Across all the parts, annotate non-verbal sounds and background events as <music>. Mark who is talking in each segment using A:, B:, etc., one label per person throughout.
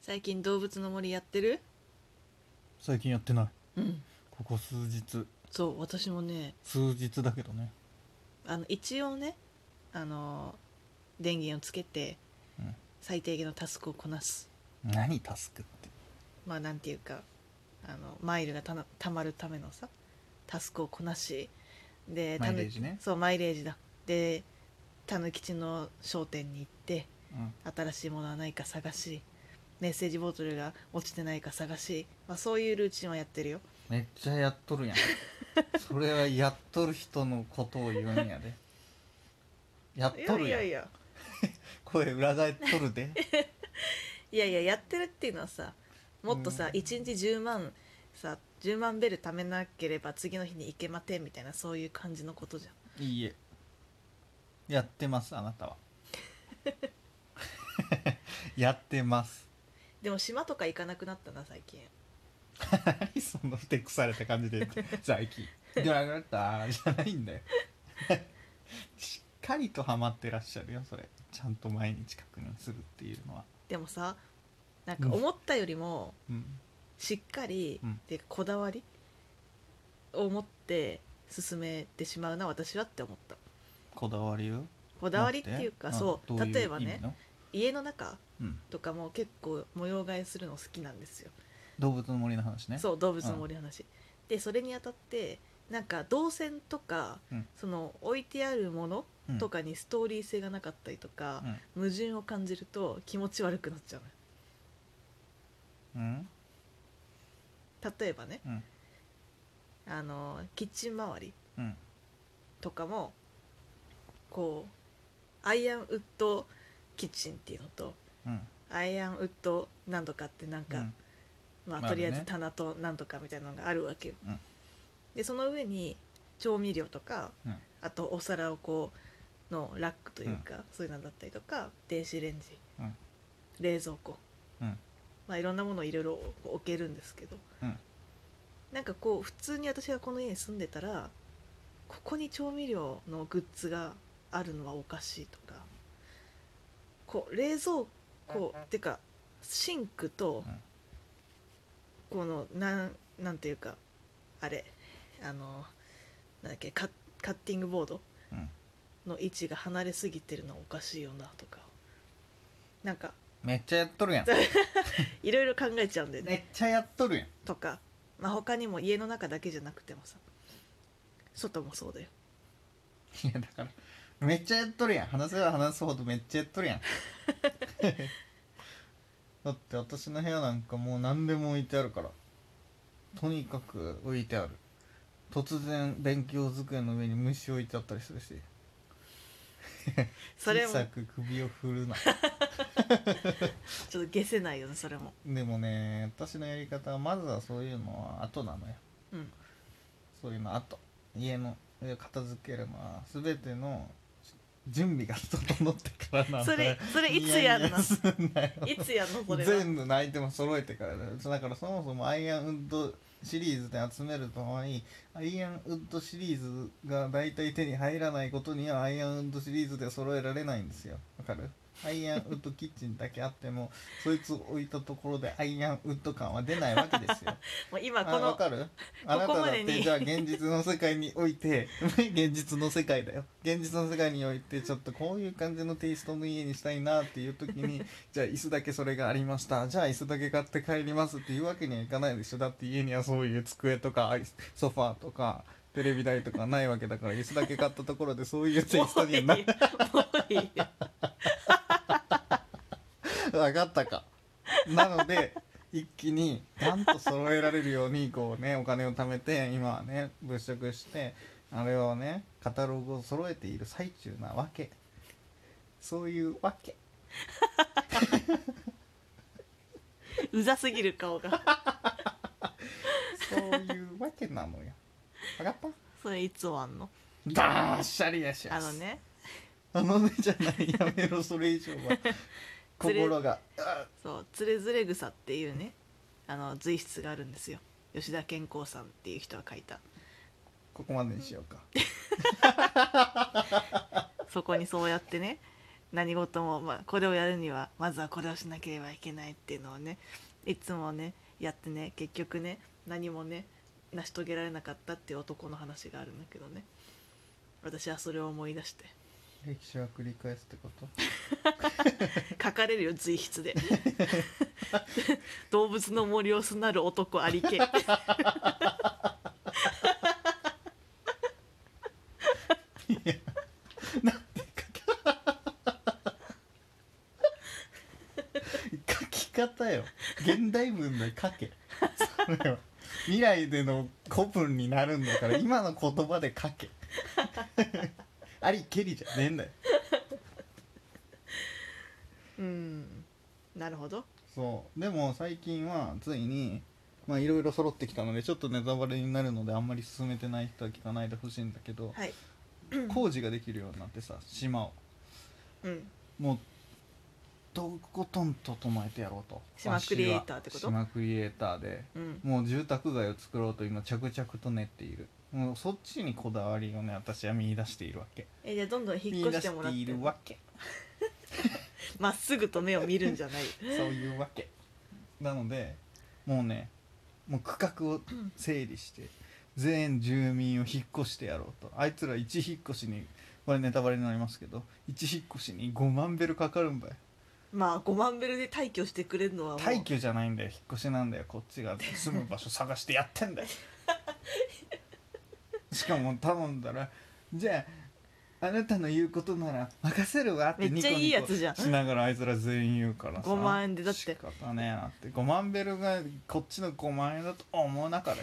A: 最近動物の森やってる
B: 最近やってない
A: うん
B: ここ数日
A: そう私もね
B: 数日だけどね
A: あの一応ねあの電源をつけて
B: うん
A: 最低限のタスクをこなす
B: 何タスクって
A: まあなんていうかあのマイルがたなたまるためのさタスクをこなしで
B: マイレージね
A: たぬそうマイレージだでたぬきちの商店に行って
B: うん
A: 新しいものはないか探しメッセージボトルが落ちてないか探し、まあ、そういうルーチンはやってるよ
B: めっちゃやっと <laughs> るやんそれはやっとる人のことを言うんやでやっ
A: いや
B: とる
A: い
B: やん
A: やいや
B: 声裏返っとるで
A: いやいややってるっていうのはさもっとさ、
B: うん
A: 一1日10万さ10万ベル貯めなければ次の日に行けまてんみたいなそういう感じのことじゃん
B: <laughs> いいえやってますあ
A: <laughs>
B: なたはやってます
A: でも島とか行かなくなったな最近
B: 何そのふてくされた感じで言って最近「ドラゴンター」じゃないんだよしっかりとハマってらっしゃるよそれちゃんと毎日確認するっていうのは
A: でもさなんか思ったよりも
B: うん
A: しっかり、
B: うん
A: っていうかこだわりを持って進めてしまうな私はって思った
B: こだわりよ
A: こだわりっていうか
B: 待
A: そう
B: どい
A: 例えばね
B: 意味の
A: 家の中
B: うん、
A: とかも結構模様替えするの好きなんですよ
B: 動物の森の話ね
A: そう動物の森の話、でそれにあたってなんか動線とか、
B: うん
A: その置いてあるもの
B: うん
A: とかにストーリー性がなかったりとか、矛盾を感じると気持ち悪くなっちゃうのよ
B: うんうん
A: 例えばね
B: うん
A: あのキッチン周り
B: うん
A: とかもこうアイアンウッドキッチンっていうのと
B: うん
A: アイアンウッドなんとかってなんか、
B: うん
A: まあ、
B: まあ
A: とりあえず
B: ね
A: 棚となんとかみたいなのがあるわけよ、
B: うん
A: でその上に調味料とか、
B: うん
A: あとお皿をこうのラックというか、そういうのだったりとか電子レンジ、
B: うん
A: 冷蔵庫、
B: うん
A: まあ、いろんなものをいろいろ置けるんですけど、
B: うん
A: なんかこう普通に私がこの家に住んでたらここに調味料のグッズがあるのはおかしいとかこう冷蔵庫ってかシンクと
B: うん
A: このなんなんていうかあれあのなんだっけカッカッティングボード
B: うん
A: の位置が離れすぎてるのはおかしいよなとかなんか
B: めっちゃやっとるやん
A: いろいろ考えちゃうんだよ
B: め
A: ね
B: っちゃやっとるやん
A: とか、まあ、他にも家の中だけじゃなくてもさ外もそうだよ
B: いやだからめっちゃやっとるやん話せば話すほどめっちゃやっと
A: <laughs>
B: るやんだって私の部屋なんかもう何でも置いてあるからとにかく置いてある突然勉強机の上に虫置いてあったりするし
A: それも
B: 小さく首を振るな
A: ちょっと消せないよねそれも
B: でもね私のやり方はまずはそういうのは後なのよ
A: うん
B: そういうの後家の家を片付けるのは全ての準備が整ってからなの
A: それそれいつやんの
B: いいすんなよ
A: いつやんのそれは
B: 全部のアイテム揃えてからだよだからそもそもアイアンウッドシリーズで集めるともにアイアンウッドシリーズが大体手に入らないことにはアイアンウッドシリーズで揃えられないんですよわかるアイアンウッドキッチンだけあってもそいつ置いたところでアイアンウッド感は出ないわけですよ
A: もう今
B: あ
A: こ
B: わ
A: の
B: かるあなただ
A: こ
B: っ
A: こまで
B: て
A: に
B: じゃあ現実の世界において <laughs> 現実の世界だよ現実の世界においてちょっとこういう感じのテイストの家にしたいなっていう時に
A: <laughs>
B: じゃあ椅子だけそれがありましたじゃあ椅子だけ買って帰りますっていうわけにはいかないでしょだって家にはそういう机とかソファーとかテレビ台とかないわけだから椅子だけ買ったところでそういうテイストにはな
A: もういいもういいよ
B: 分かったかなので一気にガンと揃えられるようにこうねお金を貯めて今はね物色してあれをねカタログを揃えている最中なわけそういうわけ
A: うざすぎる顔が
B: そういうわけなのよ分かった
A: それいつ終わんの
B: ダーッシャリヤシャ
A: あ
B: ス
A: のね
B: あのねじゃないやめろそれ以上
A: <laughs>
B: は
A: ずれ
B: 心があ
A: そう「つれづれ草」っていうねあの随筆があるんですよ吉田健康さんっていう人が書いた
B: ここまでにしようか
A: そこにそうやってね何事も、まあ、これをやるにはまずはこれをしなければいけないっていうのをねいつもねやってね結局ね何もね成し遂げられなかったっていう男の話があるんだけどね私はそれを思い出して
B: 歴史は繰り返すってこと
A: 書かれるよ随筆 <laughs> で動物の森をすなる男ありけ
B: 書き方よ現代文の書けそれは未来での古文になるんだから今の言葉で書けありけりじゃねえんだよ
A: うんなるほど
B: そうでも最近はついにまあいろいろ揃ってきたのでちょっとネタバレになるのであんまり進めてない人は聞かないでほしいんだけど、
A: はい
B: 工事ができるようになってさ島を
A: うん
B: もうとことん整えてやろうと
A: 島クリエイターってこと
B: わしは島クリエイターで
A: うん
B: もう住宅街を作ろうと今着々と練っているもうそっちにこだわりをね私は見出しているわけ
A: えじゃあどんどん引
B: 見
A: っ
B: 出
A: 越してもらって
B: いるわけ
A: まっすぐと目を見るんじゃない
B: そういうわけなのでもうねもう区画を整理して全住民を引っ越してやろうとあいつら1引っ越しにこれネタバレになりますけど1引っ越しに5万ベルかかるんだよ
A: まあ5万ベルで退去してくれるのはもう
B: 退去じゃないんだよ引っ越しなんだよこっちが住む場所探してやってん
A: <laughs>
B: だよしかも頼んだらじゃああなたの言うことなら任せるわって
A: めっ
B: ニ
A: ちゃ
B: コ
A: いい
B: ニ
A: や
B: コ
A: つじゃん
B: しながらあいつら全員言うからさ
A: 5万円でだって
B: 仕方ねえなって5万ベルがこっちの5万円だと思う中で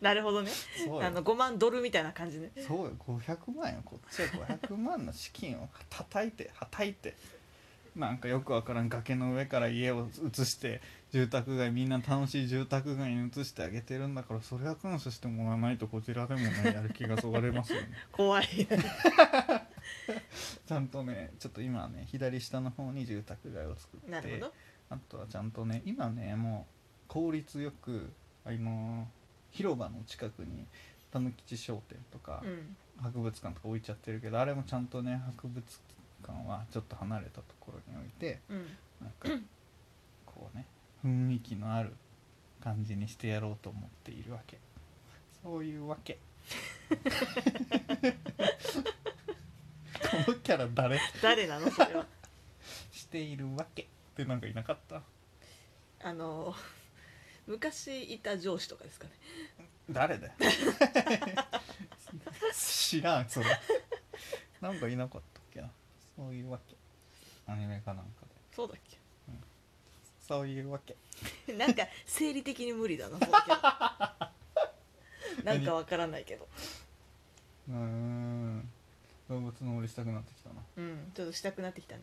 A: なるほどね
B: そう
A: あの
B: よ
A: 5万ドルみたいな感じね
B: そうよ500万よこっちは500万の資金を叩いて叩いてなんかよくわからん崖の上から家を移して住宅街みんな楽しい住宅街に移してあげてるんだからそれは感謝してもらわないとこちらでもねやる気がそがれます
A: <laughs>
B: よね
A: 怖い
B: ちゃんとねちょっと今ね左下の方に住宅街を作って
A: なるほど
B: あとはちゃんとね今ねもう効率よくあの広場の近くにたぬきち商店とか、
A: うん
B: 博物館とか置いちゃってるけどあれもちゃんとね博物館はちょっと離れたところに置いて
A: うん
B: なんかこうね雰囲気のある感じにしてやろうと思っているわけそういうわけこのキャラ誰
A: 誰なのそれは
B: しているわけってなんかいなかった
A: あの昔いた上司とかですかね
B: 誰だよ知らんそれなんかいなかったっけなそういうわけアニメかなんかで
A: そうだっ
B: そういうわけ
A: けなんか生理的に無理だなそうだ <laughs> けどなんかわからないけど
B: うーん動物の森したくなってきたな
A: うんちょっとしたくなってきたね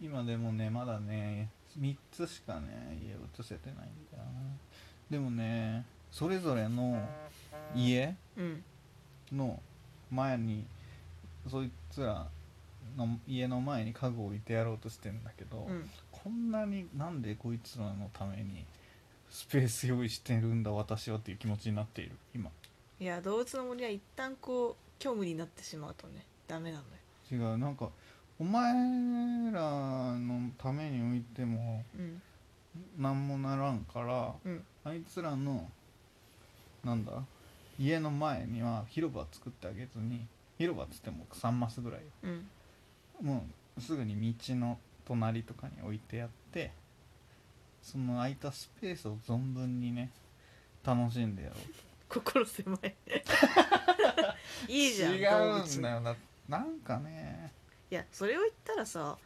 B: 今でもねまだね3つしかね家を移せてないんだよなでもねそれぞれの家
A: うん
B: の前にそいつらの家の前に家具を置いてやろうとしてんだけど、
A: うん
B: こんなになんでこいつらのためにスペース用意してるんだ私はっていう気持ちになっている今
A: いや動物の森は一旦こう虚無になってしまうとねダメなのよ
B: 違うなんかお前らのために置いても
A: うん
B: なんもならんから
A: うん
B: あいつらのなんだ家の前には広場作ってあげずに広場っつっても3マスぐらいよ
A: うん
B: もうすぐに道の隣とかに置いてやってその空いたスペースを存分にね楽しんでやろう
A: 心狭
B: <laughs>
A: いいいじゃん
B: 違
A: 動
B: うん
A: 物
B: だよななんかね、
A: いやそれを言ったらさ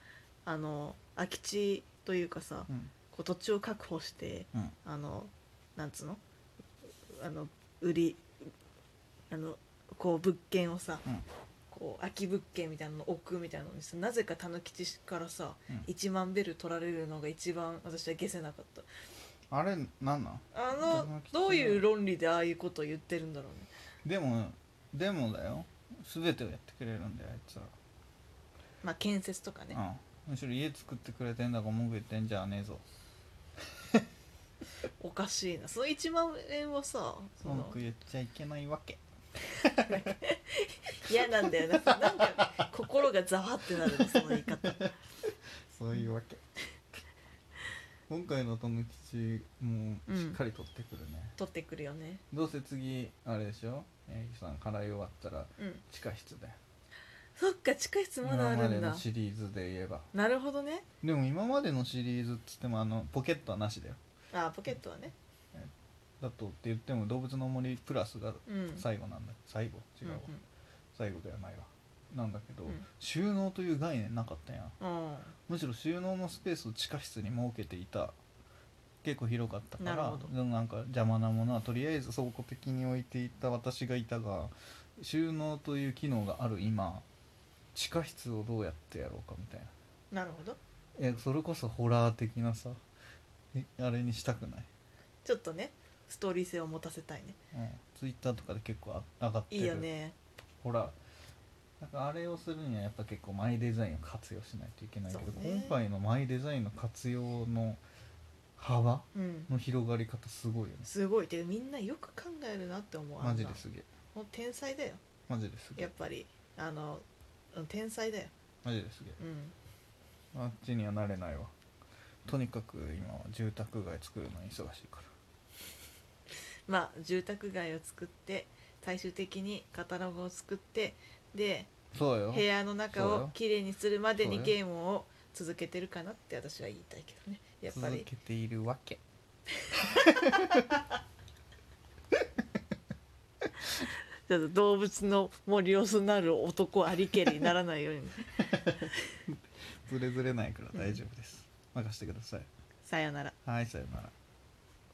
A: あの空き地というかさ
B: うん
A: こう土地を確保して
B: うん、
A: あのなんつうのあの売りあのこう物件をさ、
B: うん
A: こう空き物件みたいなのを置くみたいなのにさなぜかたぬきちからさ、
B: うん
A: 1万ベル取られるのが一番私は消せなかった
B: あれなんなん
A: あ
B: たぬ
A: の
B: きち
A: どういう論理でああいうことを言ってるんだろうね
B: でもでもだよ全てをやってくれるんだよあいつら
A: まあ建設とかね
B: うん、むしろ家作ってくれてんだから文句言ってんじゃねえぞ
A: おかしいなその1万円はさその
B: 文句言っちゃいけないわけ
A: 嫌なんだよななんか心がざわってなるのその
B: <laughs>
A: 言い方
B: そういうわけ <laughs> 今回の友吉も
A: うん
B: しっかり取ってくるね、
A: 取ってくるよね
B: どうせ次あれでしょ八木さん払い終わったら
A: うん
B: 地下室で
A: そっか地下室まだあ
B: 今ま
A: る
B: で
A: んだ
B: のシリーズで言えば
A: なるほどね
B: でも今までのシリーズっつってもあのポケットはなしだよ
A: あポケットはね
B: だとって言っても動物の森プラスが
A: うん
B: 最後なんだ、最後違うわ、
A: うん
B: 最後ではないわなんだけど、
A: うん
B: 収納という概念なかったやん
A: うん、
B: むしろ収納のスペースを地下室に設けていた結構広かったか
A: なる
B: ら
A: ほ
B: ななんか邪魔なものはとりあえず倉庫的に置いていた私がいたが収納という機能がある今地下室をどうやってやろうかみたい
A: なるほど
B: ないやそれこそホラー的なさえあれにしたくない、
A: ちょっとねストーリー性を持たせたいね
B: うん、ツイッターとかで結構あ上がって
A: い
B: る
A: いよね
B: ほらなんかあれをするにはやっぱ結構マイデザインを活用しないといけないけど、
A: そうね
B: 今回のマイデザインの活用の幅
A: うん
B: の広がり方すごいよね
A: すごいでみんなよく考えるなって思うあんな
B: マジですげえ
A: もう天才だよ
B: マジですげ
A: やっ
B: え
A: ぱりあのうん天才だよ
B: マジですげえ
A: うん
B: あっちにはなれないわとにかく今は住宅街作るのに忙しいから
A: まあ住宅街を作って最終的にカタログを作ってで
B: そうよ
A: 部屋の中
B: そう
A: を
B: よ
A: きれいにするまでに
B: そうよ
A: ゲームを続けてるかなって私は言いたいけどねやっぱ
B: 続
A: り
B: けているわけ
A: ちょっと動物の森をすなる男ありけりにならないようにね
B: ずれずれないから大丈夫です、任せてください
A: さよなら
B: はいさよなら